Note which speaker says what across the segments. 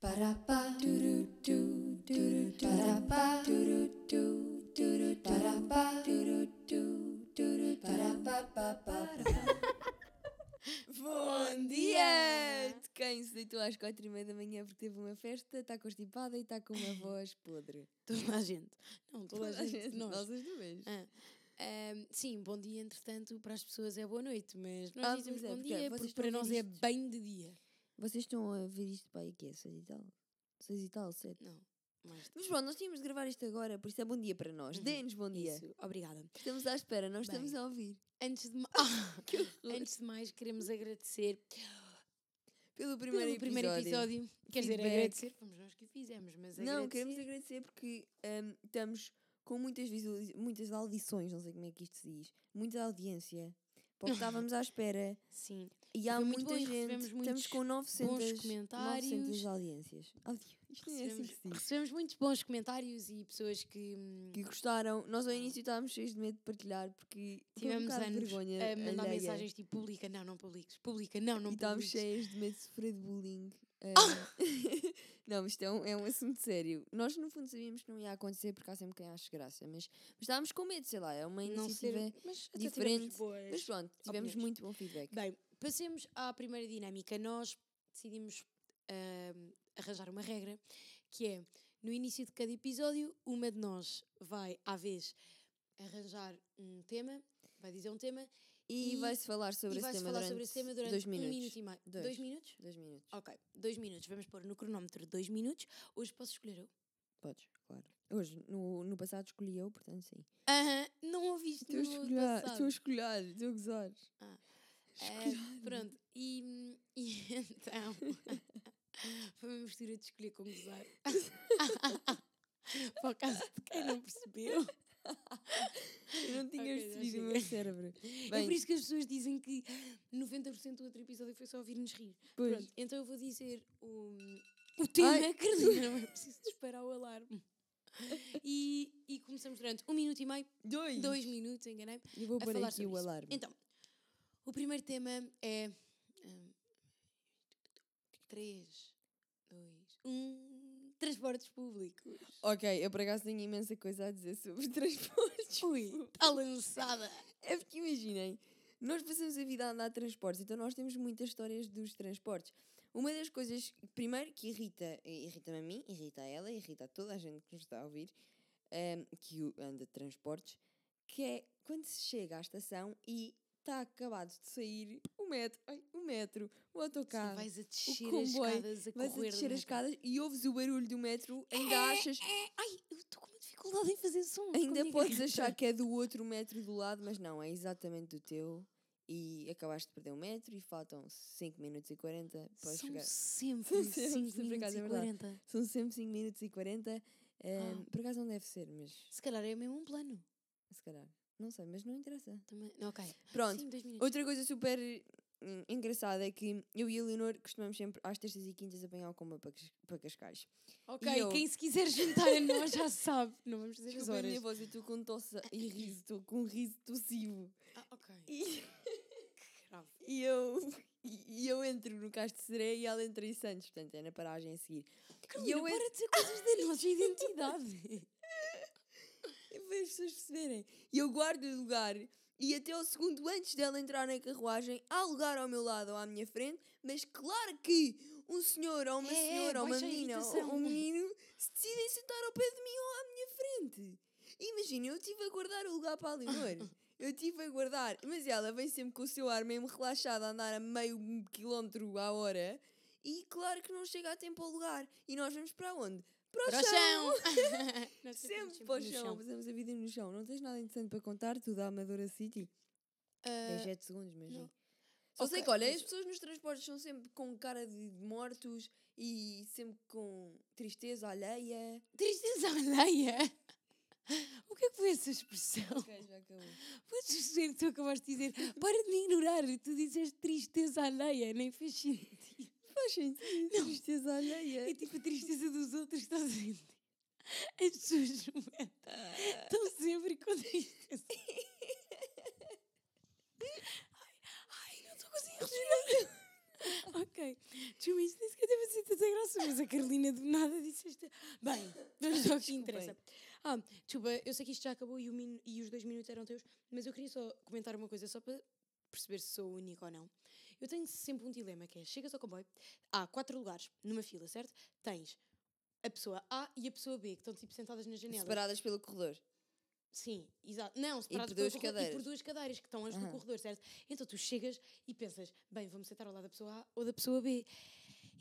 Speaker 1: Parapá, turu, tu, turu, parapá, turu, tu, turu, parapá, turu, tu, turu, parapá, pá, pá,
Speaker 2: Bom dia! De quem se deitou às quatro e meia da manhã porque teve uma festa, está constipada e está com uma voz podre.
Speaker 3: Toda a gente. Não, toda, a gente. nós.
Speaker 2: nós as duas.
Speaker 3: Ah, ahm, sim, bom dia, entretanto, para as pessoas é boa noite, mas nós
Speaker 2: Ah,
Speaker 3: dizemos
Speaker 2: pois é,
Speaker 3: bom
Speaker 2: porque
Speaker 3: dia
Speaker 2: vocês
Speaker 3: porque
Speaker 2: estão
Speaker 3: para
Speaker 2: a
Speaker 3: nós
Speaker 2: ver
Speaker 3: é
Speaker 2: isto.
Speaker 3: bem de dia.
Speaker 2: Vocês estão a ver isto para aí que é 6 e tal? 6 e tal, 7.
Speaker 3: Não, mais
Speaker 2: Mas pronto, nós tínhamos de gravar isto agora, por isso é bom dia para nós. Dê-nos bom
Speaker 3: de
Speaker 2: dia.
Speaker 3: isso. Obrigada.
Speaker 2: Estamos à espera, não estamos
Speaker 3: Bem.
Speaker 2: a ouvir.
Speaker 3: Antes de, ma- Ah, Antes de mais, queremos agradecer
Speaker 2: Pelo primeiro,
Speaker 3: pelo primeiro episódio. Quer dizer,
Speaker 2: Feedback.
Speaker 3: agradecer, fomos nós que o fizemos, mas
Speaker 2: Não,
Speaker 3: agradecer.
Speaker 2: queremos agradecer porque hum, estamos com muitas, visualiz- muitas audições, não sei como é que isto se diz, muita audiência, porque estávamos à espera.
Speaker 3: Sim,
Speaker 2: E há
Speaker 3: Foi muito
Speaker 2: muita
Speaker 3: bom e
Speaker 2: gente.
Speaker 3: recebemos
Speaker 2: Estamos
Speaker 3: muitos
Speaker 2: com 900,
Speaker 3: bons comentários.
Speaker 2: 900 audiências. Audi- Isto não é assim
Speaker 3: recebemos,
Speaker 2: que se diz.
Speaker 3: recebemos muitos bons comentários e pessoas que hum,
Speaker 2: Que gostaram. Nós ao início estávamos cheios de medo de partilhar porque
Speaker 3: tivemos
Speaker 2: a
Speaker 3: anos
Speaker 2: um vergonha
Speaker 3: a mandar
Speaker 2: alheia.
Speaker 3: mensagens tipo publica, não, não publiques, publica, não, não
Speaker 2: E estávamos
Speaker 3: publiques.
Speaker 2: cheios de medo de sofrer de bullying. Ah, não, mas isto é um, é um assunto sério. Nós, no fundo, sabíamos que não ia acontecer porque há sempre quem acha graça, mas, mas estávamos com medo, sei lá, é uma
Speaker 3: não
Speaker 2: iniciativa.
Speaker 3: ser, mas até tivemos
Speaker 2: diferente.
Speaker 3: boas.
Speaker 2: Mas pronto, tivemos
Speaker 3: opiniões.
Speaker 2: muito bom feedback.
Speaker 3: Bem, passemos à primeira dinâmica. Nós decidimos ahm, arranjar uma regra que é no início de cada episódio, uma de nós vai à vez arranjar um tema, vai dizer um tema
Speaker 2: E,
Speaker 3: e-
Speaker 2: vai-se falar sobre
Speaker 3: e
Speaker 2: esse
Speaker 3: vai-se
Speaker 2: tema
Speaker 3: falar
Speaker 2: durante,
Speaker 3: sobre esse tema durante
Speaker 2: dois
Speaker 3: um
Speaker 2: minutos.
Speaker 3: minuto e meio.
Speaker 2: Dois.
Speaker 3: minutos?
Speaker 2: Dois minutos.
Speaker 3: Ok, dois minutos. Vamos pôr no cronómetro dois minutos. Hoje posso escolher eu.
Speaker 2: Podes, claro. Hoje, no, no passado escolhi eu, portanto sim.
Speaker 3: Aham, não ouviste
Speaker 2: Estou a
Speaker 3: no
Speaker 2: escolher,
Speaker 3: passado.
Speaker 2: estou a escolher, estou a gozar.
Speaker 3: Ah, pronto, e, e então foi uma mistura de escolher como gozar. Para o caso de quem não percebeu.
Speaker 2: Eu não tinha
Speaker 3: Ok, já
Speaker 2: percebido o
Speaker 3: chega.
Speaker 2: meu cérebro.
Speaker 3: É
Speaker 2: Bem,
Speaker 3: por isso que as pessoas dizem que 90% do outro episódio foi só ouvir-nos rir.
Speaker 2: pois,
Speaker 3: Pronto, então eu vou dizer o, o tema,
Speaker 2: Ai.
Speaker 3: Carolina, não é preciso disparar o alarme. E, e começamos durante um minuto e meio,
Speaker 2: dois.
Speaker 3: dois minutos, enganei-me.
Speaker 2: Eu vou
Speaker 3: a
Speaker 2: pôr
Speaker 3: falar
Speaker 2: aqui o
Speaker 3: sobre isso.
Speaker 2: alarme.
Speaker 3: Então, o primeiro tema é. 3, 2, 1. Transportes públicos.
Speaker 2: Ok, eu por acaso tenho imensa coisa a dizer sobre transportes.
Speaker 3: Ui, está tá lançada.
Speaker 2: É porque imaginem, nós passamos a vida a andar de transportes, então nós temos muitas histórias dos transportes. Uma das coisas, primeiro, que irrita, eh, irrita-me a mim, irrita a ela, irrita a toda a gente que nos está a ouvir, ehm, que o- anda de transportes, que é quando se chega à estação e está acabado de sair o metro, ai, o metro, o autocarro.
Speaker 3: vais a descer as
Speaker 2: comboio,
Speaker 3: escadas a
Speaker 2: Vais a
Speaker 3: correr. É!
Speaker 2: descer
Speaker 3: não
Speaker 2: as
Speaker 3: é?
Speaker 2: escadas e ouves o barulho do metro, ainda achas,
Speaker 3: Ai, eu estou com uma dificuldade em fazer som.
Speaker 2: Ainda
Speaker 3: Como é que
Speaker 2: podes
Speaker 3: eu-
Speaker 2: achar que é do outro metro do lado, mas não, é exatamente do teu. E acabaste de perder um metro e faltam 5 minutos e 40 para
Speaker 3: São
Speaker 2: chegar.
Speaker 3: sempre
Speaker 2: São sempre,
Speaker 3: 5
Speaker 2: por
Speaker 3: minutos
Speaker 2: acaso, é
Speaker 3: e
Speaker 2: verdade.
Speaker 3: 40.
Speaker 2: São sempre 5 minutos e 40. ehm, Por acaso não deve ser, mas
Speaker 3: Se calhar é mesmo um plano.
Speaker 2: se calhar. Não sei, mas não interessa.
Speaker 3: Também... Ok.
Speaker 2: Pronto,
Speaker 3: Sim, dois minutos.
Speaker 2: outra coisa super hum, engraçada é que eu e a Leonor costumamos sempre às terças e quintas apanhar o comba para Cas- para Cascais.
Speaker 3: Ok,
Speaker 2: e eu-
Speaker 3: quem se quiser juntar a nós já sabe. Não vamos dizer as
Speaker 2: Desculpa a
Speaker 3: horas.
Speaker 2: minha voz, eu estou com tosse e riso, estou com um riso tossivo.
Speaker 3: Ah, ok.
Speaker 2: E-
Speaker 3: Grave.
Speaker 2: E eu, e e eu entro no Castro Seré e ela entra em Santos, portanto é na paragem a seguir. E
Speaker 3: Carolina,
Speaker 2: eu
Speaker 3: para de dizer coisas da nossa identidade.
Speaker 2: É para as pessoas perceberem. E eu guardo o lugar e até o segundo antes dela entrar na carruagem, há lugar ao meu lado ou à minha frente, mas claro que um senhor ou uma
Speaker 3: É, é,
Speaker 2: senhora ou uma
Speaker 3: baixa a
Speaker 2: menina ou- ou
Speaker 3: irritação.
Speaker 2: um menino se decidem sentar ao pé de mim ou à minha frente. Imagina, eu tive a guardar o lugar para a Leonor. Eu tive a guardar, mas ela vem sempre com o seu ar mesmo relaxado a andar a meio quilómetro à hora e claro que não chega a tempo ao lugar. E nós vamos para onde? Para o,
Speaker 3: Para o
Speaker 2: chão.
Speaker 3: chão. Nós estamos
Speaker 2: Sempre para o
Speaker 3: tipo no
Speaker 2: chão, fazemos a vida no chão. Não tens nada interessante para contar, tudo à Amadora City. Tens
Speaker 3: Ah,
Speaker 2: 7 segundos, mas. é.
Speaker 3: não.
Speaker 2: Só sei
Speaker 3: Ok,
Speaker 2: que, olha,
Speaker 3: mas-
Speaker 2: as pessoas nos transportes são sempre com cara de mortos e sempre com tristeza alheia.
Speaker 3: tristeza alheia. O que é que foi essa expressão?
Speaker 2: Ok, já acabou.
Speaker 3: Podes dizer que tu acabaste de dizer. Para de me ignorar. Tu disseste tristeza alheia. Nem fez sentido.
Speaker 2: Faz sentido, tristeza alheia.
Speaker 3: É tipo a tristeza dos outros. Estás a sentir? As pessoas tá, estão sempre com tristeza. Ai, ai, não estou conseguindo respirar. Ok. Desculpa, isto nem sequer teve assim tanta graça, mas a Carolina do nada disse isto. Bem, vamos ao que interessa. Ah, desculpa, eu sei que isto já acabou e, o min- e os dois minutos eram teus, mas eu queria só comentar uma coisa só para perceber se sou única ou não. Eu tenho sempre um dilema que é, chegas ao comboio, há quatro lugares numa fila, certo? Tens a pessoa A e a pessoa B, que estão tipo sentadas na janela.
Speaker 2: Separadas pelo corredor.
Speaker 3: Sim, exato. Não, separados
Speaker 2: duas
Speaker 3: pelo corredor- E
Speaker 2: cadeiras.
Speaker 3: por duas cadeiras que estão antes do
Speaker 2: Aham.
Speaker 3: corredor, certo? Então tu chegas e pensas, bem, vou-me sentar ao lado da pessoa A ou da pessoa B.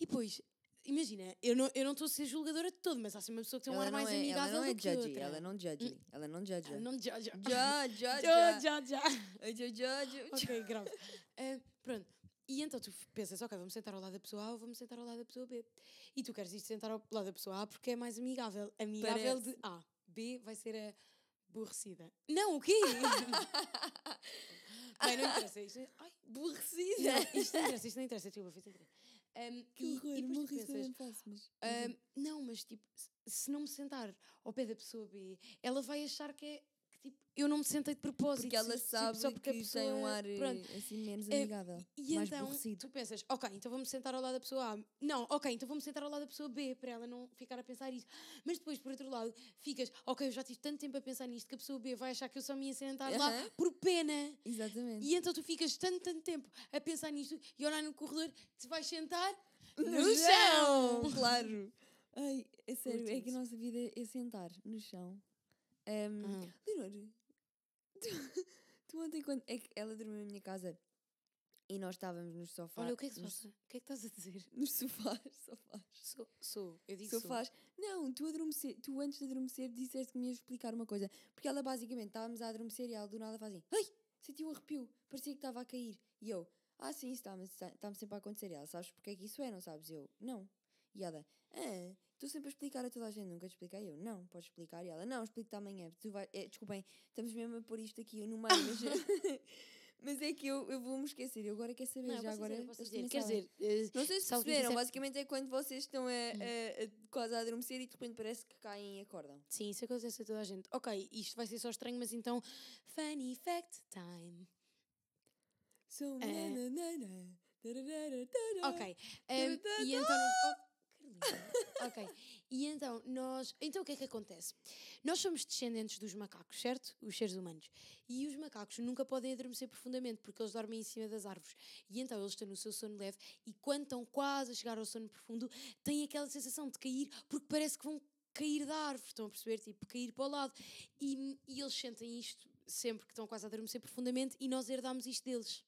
Speaker 3: E depois, imagina, eu não eu não estou a ser julgadora de todo, mas há sempre uma pessoa que tem um
Speaker 2: ela
Speaker 3: ar
Speaker 2: não
Speaker 3: mais
Speaker 2: é, ela
Speaker 3: amigável
Speaker 2: não é
Speaker 3: do que
Speaker 2: judgy,
Speaker 3: outra. Hum.
Speaker 2: ela não é judgy, ela não judgy.
Speaker 3: Ela não judge.
Speaker 2: Já, já, já.
Speaker 3: Já, já, já.
Speaker 2: Já, já, já.
Speaker 3: Ok, grave. Ah, pronto. E então tu pensas, ok, vamos sentar ao lado da pessoa A ou vamos sentar ao lado da pessoa B. E tu queres ir sentar ao lado da pessoa A porque é mais amigável. Amigável de A. B vai ser a aborrecida. Não, o quê? Bem, não interessa. Isto, é- ai,
Speaker 2: Aborrecida.
Speaker 3: não, isto não interessa, isto não interessa. Desculpa, fiz sem querer. Um,
Speaker 2: Que
Speaker 3: e-
Speaker 2: horror,
Speaker 3: e depois tu
Speaker 2: morri
Speaker 3: pensas, "Ah, não, mas tipo, se- se não me sentar ao pé da pessoa B, ela vai achar que é que tipo, eu não me sentei de propósito.
Speaker 2: Porque ela
Speaker 3: tipo,
Speaker 2: sabe que tem um ar eh,
Speaker 3: pronto,
Speaker 2: assim menos
Speaker 3: Eh,
Speaker 2: amigável.
Speaker 3: e
Speaker 2: mais
Speaker 3: então
Speaker 2: aborrecido.
Speaker 3: tu pensas, ok, então vamos sentar ao lado da pessoa A. Não, ok, então vamos sentar ao lado da pessoa B para ela não ficar a pensar isso. Mas depois, por outro lado, ficas, ok, eu já tive tanto tempo a pensar nisto que a pessoa B vai achar que eu só me ia sentar lá
Speaker 2: Aham.
Speaker 3: por pena.
Speaker 2: Exatamente.
Speaker 3: E então tu ficas tanto, tanto tempo a pensar nisto e olhar no corredor, te vais sentar no, chão.
Speaker 2: Claro. Ai, é sério, é
Speaker 3: Curto
Speaker 2: que a
Speaker 3: isso.
Speaker 2: nossa vida é sentar no chão. Ahm, Leonor, tu, tu ontem quando. É que ela dormiu na minha casa e nós estávamos nos sofás.
Speaker 3: Olha, o que é que se
Speaker 2: nos,
Speaker 3: passa? O que é que estás a dizer?
Speaker 2: Nos sofás, sofás.
Speaker 3: Sou, sou. eu digo sou.
Speaker 2: Sofás. Não, tu, adormecer, tu antes de adormecer disseste que me ias explicar uma coisa. Porque ela basicamente estávamos a adormecer e ela do nada fazia Ai! Senti um arrepio, parecia que estava a cair. E eu, ah sim, isso está-me está-me sempre a acontecer. E ela, sabes porque é que isso é, não sabes? Eu, não. E ela, ah, estou sempre a explicar a toda a gente, nunca te expliquei. Eu, não, podes explicar. E ela, não, explico-te amanhã. Tu vai... é, desculpem, estamos mesmo a pôr isto aqui no meio. Mas, mas é que eu, eu vou-me esquecer, eu agora quero saber.
Speaker 3: Não, eu
Speaker 2: já
Speaker 3: posso
Speaker 2: agora
Speaker 3: dizer, eu posso
Speaker 2: eles
Speaker 3: dizer.
Speaker 2: também
Speaker 3: Quer
Speaker 2: sabem.
Speaker 3: dizer, eh,
Speaker 2: Não sei se
Speaker 3: Se alguém
Speaker 2: perceberam,
Speaker 3: disser-
Speaker 2: basicamente é quando vocês estão a, a- a- quase a adormecer e de repente parece que caem e acordam.
Speaker 3: Sim, isso acontece a toda a gente. Ok, isto vai ser só estranho, mas então. Funny fact time.
Speaker 2: So,
Speaker 3: É.
Speaker 2: nananana, tararara, tará.
Speaker 3: Ok. ehm, e então. Oh, Carolina, ok. E então, nós. Então, o que é que acontece? Nós somos descendentes dos macacos, certo? Os seres humanos. E os macacos nunca podem adormecer profundamente porque eles dormem em cima das árvores. E então, eles estão no seu sono leve e quando estão quase a chegar ao sono profundo, têm aquela sensação de cair porque parece que vão cair da árvore, estão a perceber? Tipo, cair para o lado. E, e eles sentem isto sempre que estão quase a adormecer profundamente e nós herdámos isto deles.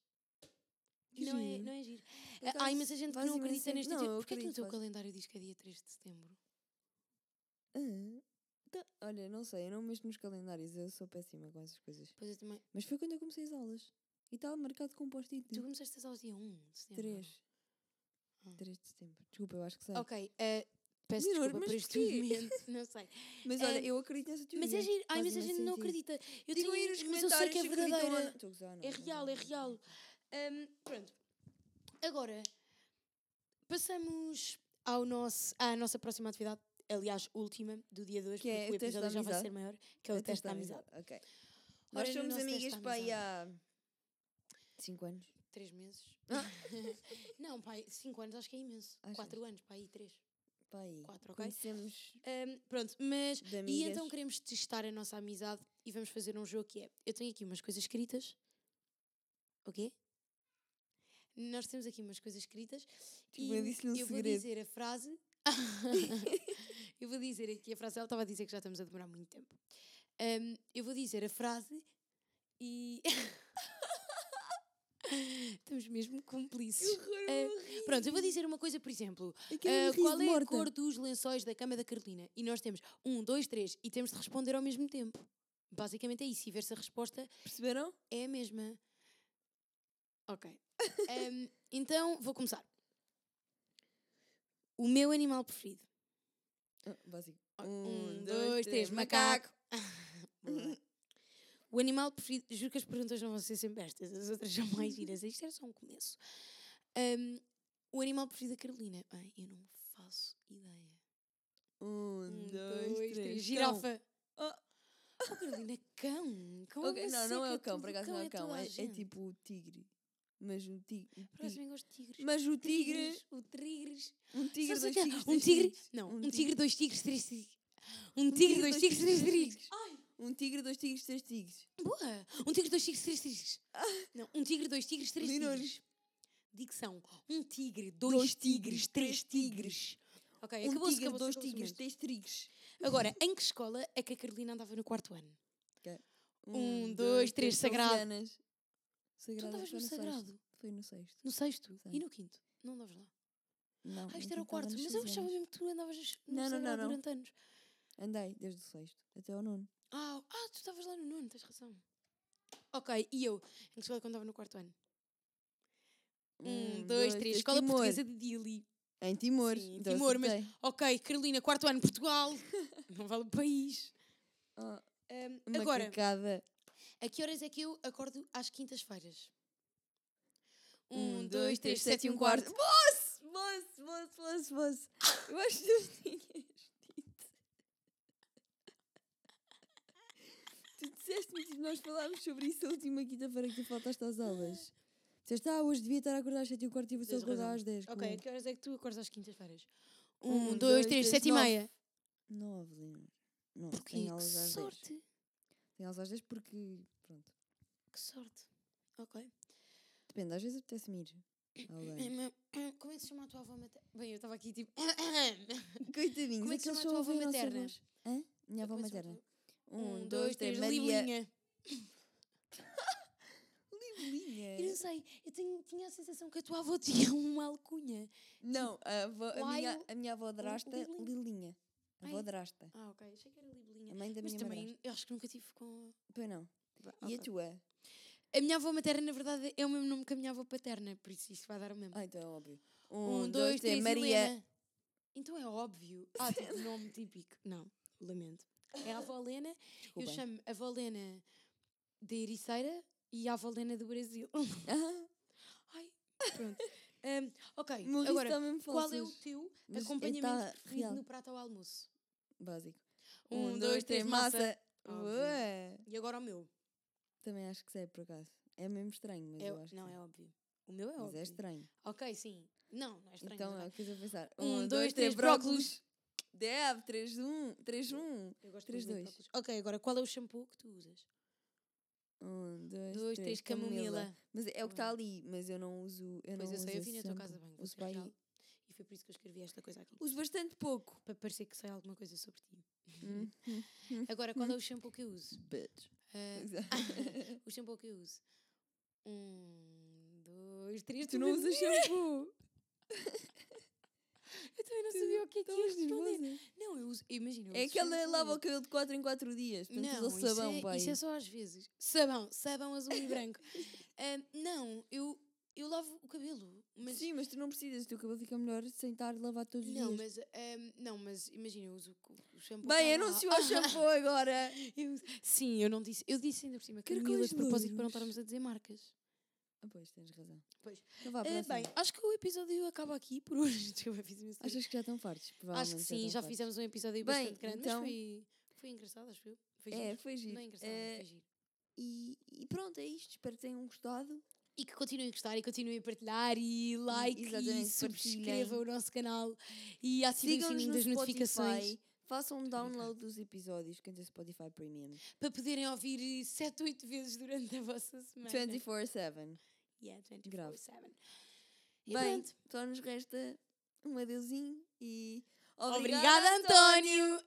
Speaker 2: Que
Speaker 3: Não é,
Speaker 2: giro.
Speaker 3: não é giro.
Speaker 2: Por
Speaker 3: Há
Speaker 2: acaso,
Speaker 3: imensa gente que
Speaker 2: faz
Speaker 3: não
Speaker 2: imenso
Speaker 3: acredita
Speaker 2: sentido.
Speaker 3: neste
Speaker 2: Então, Não,
Speaker 3: dia.
Speaker 2: eu
Speaker 3: Porquê é que no
Speaker 2: acredito,
Speaker 3: teu
Speaker 2: faz.
Speaker 3: calendário diz que é dia 3 de setembro?
Speaker 2: Ah, tá. Olha, não sei, eu não mexo nos calendários, eu sou péssima com essas coisas.
Speaker 3: Pois eu também.
Speaker 2: Mas foi quando eu comecei as aulas e estava marcado com um post-it
Speaker 3: Tu
Speaker 2: de
Speaker 3: começaste as aulas dia 1 de setembro?
Speaker 2: 3.
Speaker 3: Ah.
Speaker 2: 3 de setembro. Desculpa, eu acho que sei.
Speaker 3: Ok. eh, peço
Speaker 2: Leonor,
Speaker 3: desculpa
Speaker 2: mas
Speaker 3: por este
Speaker 2: porquê?
Speaker 3: momento. Não sei.
Speaker 2: Mas olha,
Speaker 3: Eh,
Speaker 2: eu acredito nessa teoria.
Speaker 3: Mas é giro. Ai,
Speaker 2: faz
Speaker 3: mas a
Speaker 2: imenso
Speaker 3: gente não
Speaker 2: sentido.
Speaker 3: acredita. Eu
Speaker 2: Digam aí
Speaker 3: tenho,
Speaker 2: nos
Speaker 3: mas eu sei que é
Speaker 2: comentários se acreditam ou
Speaker 3: verdadeira.
Speaker 2: não. Estou a gozar, não,
Speaker 3: É
Speaker 2: não,
Speaker 3: real,
Speaker 2: não.
Speaker 3: é real. Ahm, pronto. Agora, passamos ao nosso, à nossa próxima atividade. Aliás, última do dia 2,
Speaker 2: Que
Speaker 3: porque
Speaker 2: é
Speaker 3: o
Speaker 2: o teste da
Speaker 3: episódio já vai
Speaker 2: amizade.
Speaker 3: ser maior, que é o, teste da amizade.
Speaker 2: Ok.
Speaker 3: Ora,
Speaker 2: Nós
Speaker 3: no
Speaker 2: somos
Speaker 3: nosso teste
Speaker 2: amigas
Speaker 3: da
Speaker 2: para aí há 5 anos.
Speaker 3: Três meses.
Speaker 2: Ah.
Speaker 3: não, pai, cinco anos acho que é imenso.
Speaker 2: Achas?
Speaker 3: Quatro anos, pai, três.
Speaker 2: Para aí.
Speaker 3: Quatro, ok?
Speaker 2: Conhecemos
Speaker 3: Ahm, pronto, mas.
Speaker 2: de
Speaker 3: E
Speaker 2: amigas.
Speaker 3: então queremos testar a nossa amizade e vamos fazer um jogo que é. Eu tenho aqui umas coisas escritas. O quê? Nós temos aqui umas coisas escritas
Speaker 2: Desculpa, eu disse-lhe um
Speaker 3: eu vou
Speaker 2: segredo.
Speaker 3: dizer a frase. eu vou dizer aqui a frase. Ela estava a dizer que já estamos a demorar muito tempo. Ahm, eu vou dizer a frase e. estamos mesmo cúmplices. Ah,
Speaker 2: É,
Speaker 3: Pronto, eu vou dizer uma coisa, por exemplo.
Speaker 2: eh,
Speaker 3: Ah, qual é a cor dos lençóis da cama da Carolina? E nós temos um, dois, três e temos de responder ao mesmo tempo. Basicamente é isso. E ver se a resposta
Speaker 2: Perceberam?
Speaker 3: é a mesma. Ok. Ahm, então, vou começar. O meu animal preferido.
Speaker 2: Básico.
Speaker 3: Ah, Um, dois, três, macaco. Boa. o animal preferido. Juro que as perguntas não vão ser sempre estas, as outras são mais giras. Isto era só um começo. Ahm, o animal preferido da Carolina. Ai, eu não faço ideia.
Speaker 2: Um, dois, três. Cão.
Speaker 3: Girafa.
Speaker 2: Oh.
Speaker 3: Oh, Carolina, cão. cão é
Speaker 2: Ok, não,
Speaker 3: uma
Speaker 2: não é
Speaker 3: seca
Speaker 2: o cão,
Speaker 3: tudo,
Speaker 2: por acaso não é o cão,
Speaker 3: toda a
Speaker 2: é, é
Speaker 3: gente.
Speaker 2: tipo o tigre. Mas um tigre.
Speaker 3: Por acaso nem gosto de tigres.
Speaker 2: Mas o tigre.
Speaker 3: O tigres.
Speaker 2: Um tigre,
Speaker 3: Sabes
Speaker 2: dois
Speaker 3: aquela-
Speaker 2: tigres.
Speaker 3: Um
Speaker 2: três
Speaker 3: tigre.
Speaker 2: tigres.
Speaker 3: Não,
Speaker 2: Um
Speaker 3: um
Speaker 2: tigre.
Speaker 3: tigre, dois tigres, três tigres. Um tigre, dois tigres, três tigres.
Speaker 2: Um tigre, dois tigres, três tigres.
Speaker 3: Boa! Um tigre, dois tigres, três tigres. Não, um tigre, dois tigres, três
Speaker 2: Lirões.
Speaker 3: tigres. Dicção. Um tigre, dois, tigres, três tigres. Ok,
Speaker 2: Um
Speaker 3: acabou-se,
Speaker 2: tigre,
Speaker 3: acabou-se,
Speaker 2: dois
Speaker 3: acabou-se o
Speaker 2: tigres,
Speaker 3: momento.
Speaker 2: três tigres.
Speaker 3: Agora, em que escola é que a Carolina andava no quarto ano? Um, dois, três, sagrado.
Speaker 2: Salesianas.
Speaker 3: Tu
Speaker 2: Sagrado.
Speaker 3: andavas
Speaker 2: foi
Speaker 3: no
Speaker 2: sexto.
Speaker 3: sagrado?
Speaker 2: Foi no sexto.
Speaker 3: No sexto?
Speaker 2: Sim.
Speaker 3: E no quinto? Não andavas lá?
Speaker 2: Não,
Speaker 3: Ah, isto
Speaker 2: no
Speaker 3: era o
Speaker 2: quinto
Speaker 3: quarto.
Speaker 2: andava nos
Speaker 3: Mas eu achava
Speaker 2: salesianos.
Speaker 3: mesmo que tu andavas no
Speaker 2: Não, não, não,
Speaker 3: sagrado
Speaker 2: não.
Speaker 3: durante anos.
Speaker 2: Andei desde o sexto até ao nono.
Speaker 3: Ah, ah, tu estavas lá no nono, tens razão. Ok, e eu? Em que escola é que eu andava no quarto ano? Um, dois, três.
Speaker 2: três.
Speaker 3: Escola
Speaker 2: Timor.
Speaker 3: Portuguesa de Dili.
Speaker 2: Em Timor.
Speaker 3: Sim, em
Speaker 2: então
Speaker 3: Timor, mas-
Speaker 2: acertei.
Speaker 3: Ok, Carolina, quarto ano, Portugal. Não vale o país. Ah,
Speaker 2: Oh,
Speaker 3: Ahm,
Speaker 2: uma
Speaker 3: Um, agora,
Speaker 2: cacada.
Speaker 3: a que horas é que eu acordo às quintas-feiras? Um, dois, três, sete e um quarto.
Speaker 2: Boss! Boss, boss, boss, boss. Eu acho que tu tinhas dito. Tu disseste-me tipo, nós falámos sobre isso a última quinta-feira que tu faltaste às aulas. Disseste, ah, hoje devia estar a acordar às 7 e um quarto e vou só
Speaker 3: Tens
Speaker 2: acordar
Speaker 3: razão.
Speaker 2: às 10.
Speaker 3: Ok, a que horas é que tu acordas às quintas-feiras? Um,
Speaker 2: Um, dois,
Speaker 3: dois,
Speaker 2: três,
Speaker 3: três, sete e
Speaker 2: nove.
Speaker 3: meia.
Speaker 2: 9, Lina. 9.
Speaker 3: Porquê?
Speaker 2: Tem
Speaker 3: Que
Speaker 2: aulas às 10.
Speaker 3: sorte.
Speaker 2: Tem aulas às 10 porque, pronto,
Speaker 3: Que sorte. Ok.
Speaker 2: depende, às vezes apetece-me ir. à aula antes.
Speaker 3: Como é que se chama a tua avó materna? Bem, eu estava aqui tipo...
Speaker 2: Coitadinhos,
Speaker 3: Como é
Speaker 2: aqueles
Speaker 3: que se chama a
Speaker 2: só
Speaker 3: tua avó
Speaker 2: ouvem a nossa
Speaker 3: materna?
Speaker 2: voz. Hã? Minha avó
Speaker 3: Como é que se chama a
Speaker 2: materna.
Speaker 3: tua- Um, dois, três,
Speaker 2: Maria.
Speaker 3: Lilinha. Eu não
Speaker 2: Lilinha.
Speaker 3: sei, eu tenho- tinha a sensação que a tua avó tinha uma alcunha.
Speaker 2: Não, a, avó- a
Speaker 3: Lyle-
Speaker 2: minha, a minha avó drasta,
Speaker 3: Lilin-
Speaker 2: Lilinha. A
Speaker 3: Ai.
Speaker 2: avó drasta.
Speaker 3: Ah, ok, achei que era Libelinha.
Speaker 2: A mãe da
Speaker 3: Mas
Speaker 2: minha
Speaker 3: também,
Speaker 2: madrasta. Tipo,
Speaker 3: eu acho que nunca tive com...
Speaker 2: Pois não.
Speaker 3: a-
Speaker 2: E a tua?
Speaker 3: A minha avó materna, na verdade, é o mesmo nome que a minha avó paterna, por isso isso vai dar o mesmo.
Speaker 2: Ah, então é óbvio.
Speaker 3: Um, dois, três,
Speaker 2: Maria.
Speaker 3: Helena. Então é óbvio. Ah, tipo, nome típico. Não, lamento. É a avó Lena, eu
Speaker 2: Desculpem.
Speaker 3: chamo a avó Lena da Ericeira e a avó Lena do Brasil.
Speaker 2: Ah,
Speaker 3: Ai, pronto. Ahm, ok,
Speaker 2: morri
Speaker 3: agora...
Speaker 2: também me
Speaker 3: Qual é o
Speaker 2: falsas.
Speaker 3: teu
Speaker 2: assim. Mas
Speaker 3: acompanhamento
Speaker 2: está
Speaker 3: preferido
Speaker 2: real.
Speaker 3: no prato ao almoço?
Speaker 2: Básico.
Speaker 3: Um, dois, três, massa. Óbvio.
Speaker 2: Ué.
Speaker 3: E agora o meu?
Speaker 2: Também acho que sei, por acaso. É mesmo estranho, mas
Speaker 3: É
Speaker 2: eu
Speaker 3: o-
Speaker 2: acho que
Speaker 3: não,
Speaker 2: sei.
Speaker 3: é óbvio. O meu é
Speaker 2: Mas
Speaker 3: óbvio.
Speaker 2: é estranho.
Speaker 3: Ok, sim. Não, não é estranho.
Speaker 2: então
Speaker 3: mas
Speaker 2: é o
Speaker 3: vá.
Speaker 2: que eu estou a pensar.
Speaker 3: Um, dois, três, brócolos.
Speaker 2: Deve, 3, 1, 3, 1.
Speaker 3: Eu gosto
Speaker 2: três, um.
Speaker 3: muito de
Speaker 2: dois.
Speaker 3: brócolis. Ok, agora qual é o shampoo que tu usas?
Speaker 2: 1, 2, 3,
Speaker 3: Dois, três,
Speaker 2: Um, camomila.
Speaker 3: camomila.
Speaker 2: Mas é o que está ali, mas eu não uso. Eu
Speaker 3: Hum. Pois
Speaker 2: não
Speaker 3: eu sei, eu
Speaker 2: uso
Speaker 3: vi na
Speaker 2: esse
Speaker 3: tua
Speaker 2: shampoo.
Speaker 3: casa bem.
Speaker 2: Uso bem.
Speaker 3: E foi por isso que eu escrevi esta coisa aqui.
Speaker 2: Uso bastante pouco.
Speaker 3: Para parecer que sai alguma coisa sobre ti.
Speaker 2: Hum.
Speaker 3: Agora, qual é o shampoo que eu uso?
Speaker 2: Bitch.
Speaker 3: Ah, o shampoo que eu uso. Um, dois, três.
Speaker 2: tu não
Speaker 3: mesmo-
Speaker 2: usas shampoo.
Speaker 3: Eu também não sabia o que é que ia
Speaker 2: Estavas
Speaker 3: responder.
Speaker 2: nervosa.
Speaker 3: Não, eu uso. Imagina. eu
Speaker 2: É
Speaker 3: uso
Speaker 2: aquela
Speaker 3: shampoo.
Speaker 2: lava o cabelo de 4 em 4 dias. Portanto,
Speaker 3: Não,
Speaker 2: usa sabão,
Speaker 3: isso, é,
Speaker 2: pai.
Speaker 3: isso é só às vezes. Sabão, sabão azul e branco. Ahm, não, eu, eu lavo o cabelo. Mas,
Speaker 2: Sim, mas tu não precisas. O teu cabelo fica melhor sem estar a lavar todos os
Speaker 3: não,
Speaker 2: dias.
Speaker 3: mas, um é ahm, não, mas imagina, eu uso o co- o shampoo.
Speaker 2: Bem,
Speaker 3: normal.
Speaker 2: anunciou o shampoo agora.
Speaker 3: Eu uso- sim, eu não disse. Eu disse ainda por cima Carmila
Speaker 2: Caracóis
Speaker 3: de propósito para não
Speaker 2: louros.
Speaker 3: estarmos a dizer marcas.
Speaker 2: Ah, pois, tens razão.
Speaker 3: Pois.
Speaker 2: Então vá,
Speaker 3: Ah,
Speaker 2: próximo.
Speaker 3: bem, acho que o episódio acaba aqui por hoje. Desculpa, fiz imenso tempo.
Speaker 2: Achas que já estão fartos?
Speaker 3: Acho
Speaker 2: Provavelmente
Speaker 3: que sim,
Speaker 2: estão
Speaker 3: já
Speaker 2: fartos.
Speaker 3: fizemos um
Speaker 2: Bem,
Speaker 3: episódio bastante grande,
Speaker 2: então-
Speaker 3: mas foi, foi engraçado, acho eu. Foi
Speaker 2: É,
Speaker 3: giro.
Speaker 2: foi giro.
Speaker 3: Não é engraçado,
Speaker 2: Eh,
Speaker 3: foi giro.
Speaker 2: E, e pronto, é isto. Espero que tenham gostado.
Speaker 3: E que continuem a gostar e continuem a partilhar e like e
Speaker 2: exatamente,
Speaker 3: subscrevam
Speaker 2: partilhem.
Speaker 3: o nosso canal e ativem o
Speaker 2: Sigam-nos
Speaker 3: sininho
Speaker 2: no
Speaker 3: um das notificações
Speaker 2: Spotify. Façam um download dos episódios que tem Spotify Premium.
Speaker 3: para poderem ouvir 7, 8 vezes durante a vossa semana.
Speaker 2: 24-7.
Speaker 3: Yeah,
Speaker 2: Grave.
Speaker 3: 24/7. E
Speaker 2: Bem,
Speaker 3: pronto.
Speaker 2: só nos resta um adeusinho e.
Speaker 3: Obrigada António!